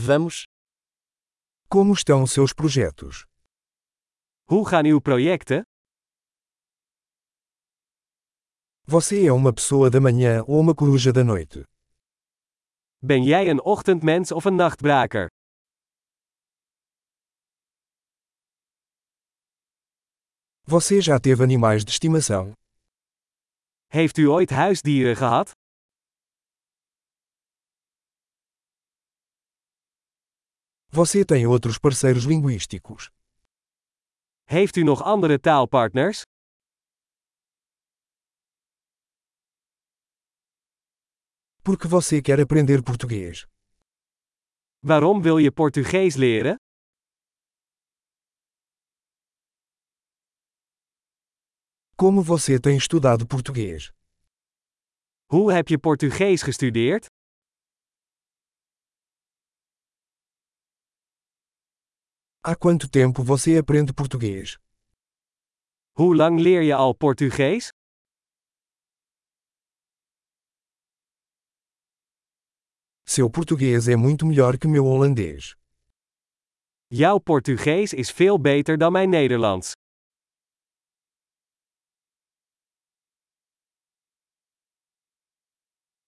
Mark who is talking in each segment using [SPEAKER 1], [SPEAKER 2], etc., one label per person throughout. [SPEAKER 1] Vamos.
[SPEAKER 2] Como estão seus projetos?
[SPEAKER 1] Hoe gaan uw projecten?
[SPEAKER 2] Você é uma pessoa da manhã ou uma coruja da noite?
[SPEAKER 1] Ben jij een ochtendmens of een nachtbraker?
[SPEAKER 2] Você já teve animais de estimação?
[SPEAKER 1] Heeft u ooit huisdieren gehad?
[SPEAKER 2] Você tem outros parceiros linguísticos?
[SPEAKER 1] Heeft u nog andere taalpartners?
[SPEAKER 2] Por que você quer aprender português?
[SPEAKER 1] Waarom wil je Portugees leren?
[SPEAKER 2] Como você tem estudado português?
[SPEAKER 1] Hoe heb je Portugees gestudeerd?
[SPEAKER 2] Há quanto tempo você aprende português?
[SPEAKER 1] Hoe lang leer je al Portugees?
[SPEAKER 2] Seu português é muito melhor que meu holandês.
[SPEAKER 1] Jouw Portugees is veel beter dan mijn Nederlands.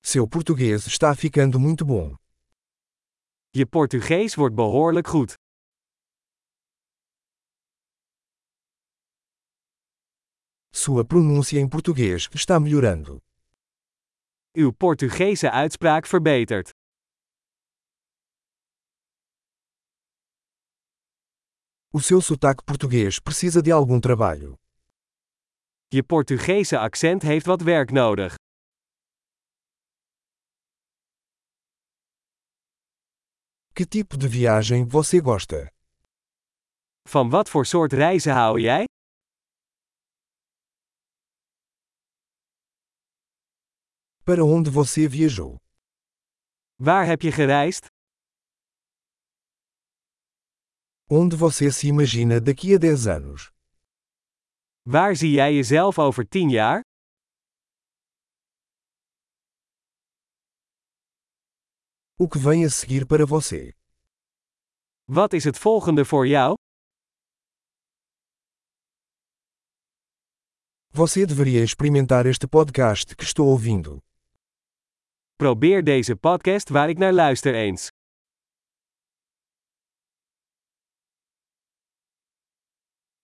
[SPEAKER 2] Seu português está ficando muito bom.
[SPEAKER 1] Je Portugees wordt behoorlijk goed.
[SPEAKER 2] Sua pronúncia em português está melhorando.
[SPEAKER 1] Uw Portugese uitspraak verbetert.
[SPEAKER 2] O seu sotaque português precisa de algum trabalho.
[SPEAKER 1] Je Portugese accent heeft wat werk nodig.
[SPEAKER 2] Que tipo de viagem você gosta?
[SPEAKER 1] Van wat voor soort reizen hou jij?
[SPEAKER 2] Para onde você viajou?
[SPEAKER 1] Waar heb je gereisd?
[SPEAKER 2] Onde você se imagina daqui a 10 anos?
[SPEAKER 1] Waar zie jij jezelf over 10 jaar?
[SPEAKER 2] O que vem a seguir para você?
[SPEAKER 1] Wat is het volgende voor jou?
[SPEAKER 2] Você deveria experimentar este podcast que estou ouvindo.
[SPEAKER 1] Probeer deze podcast waar ik naar luister eens.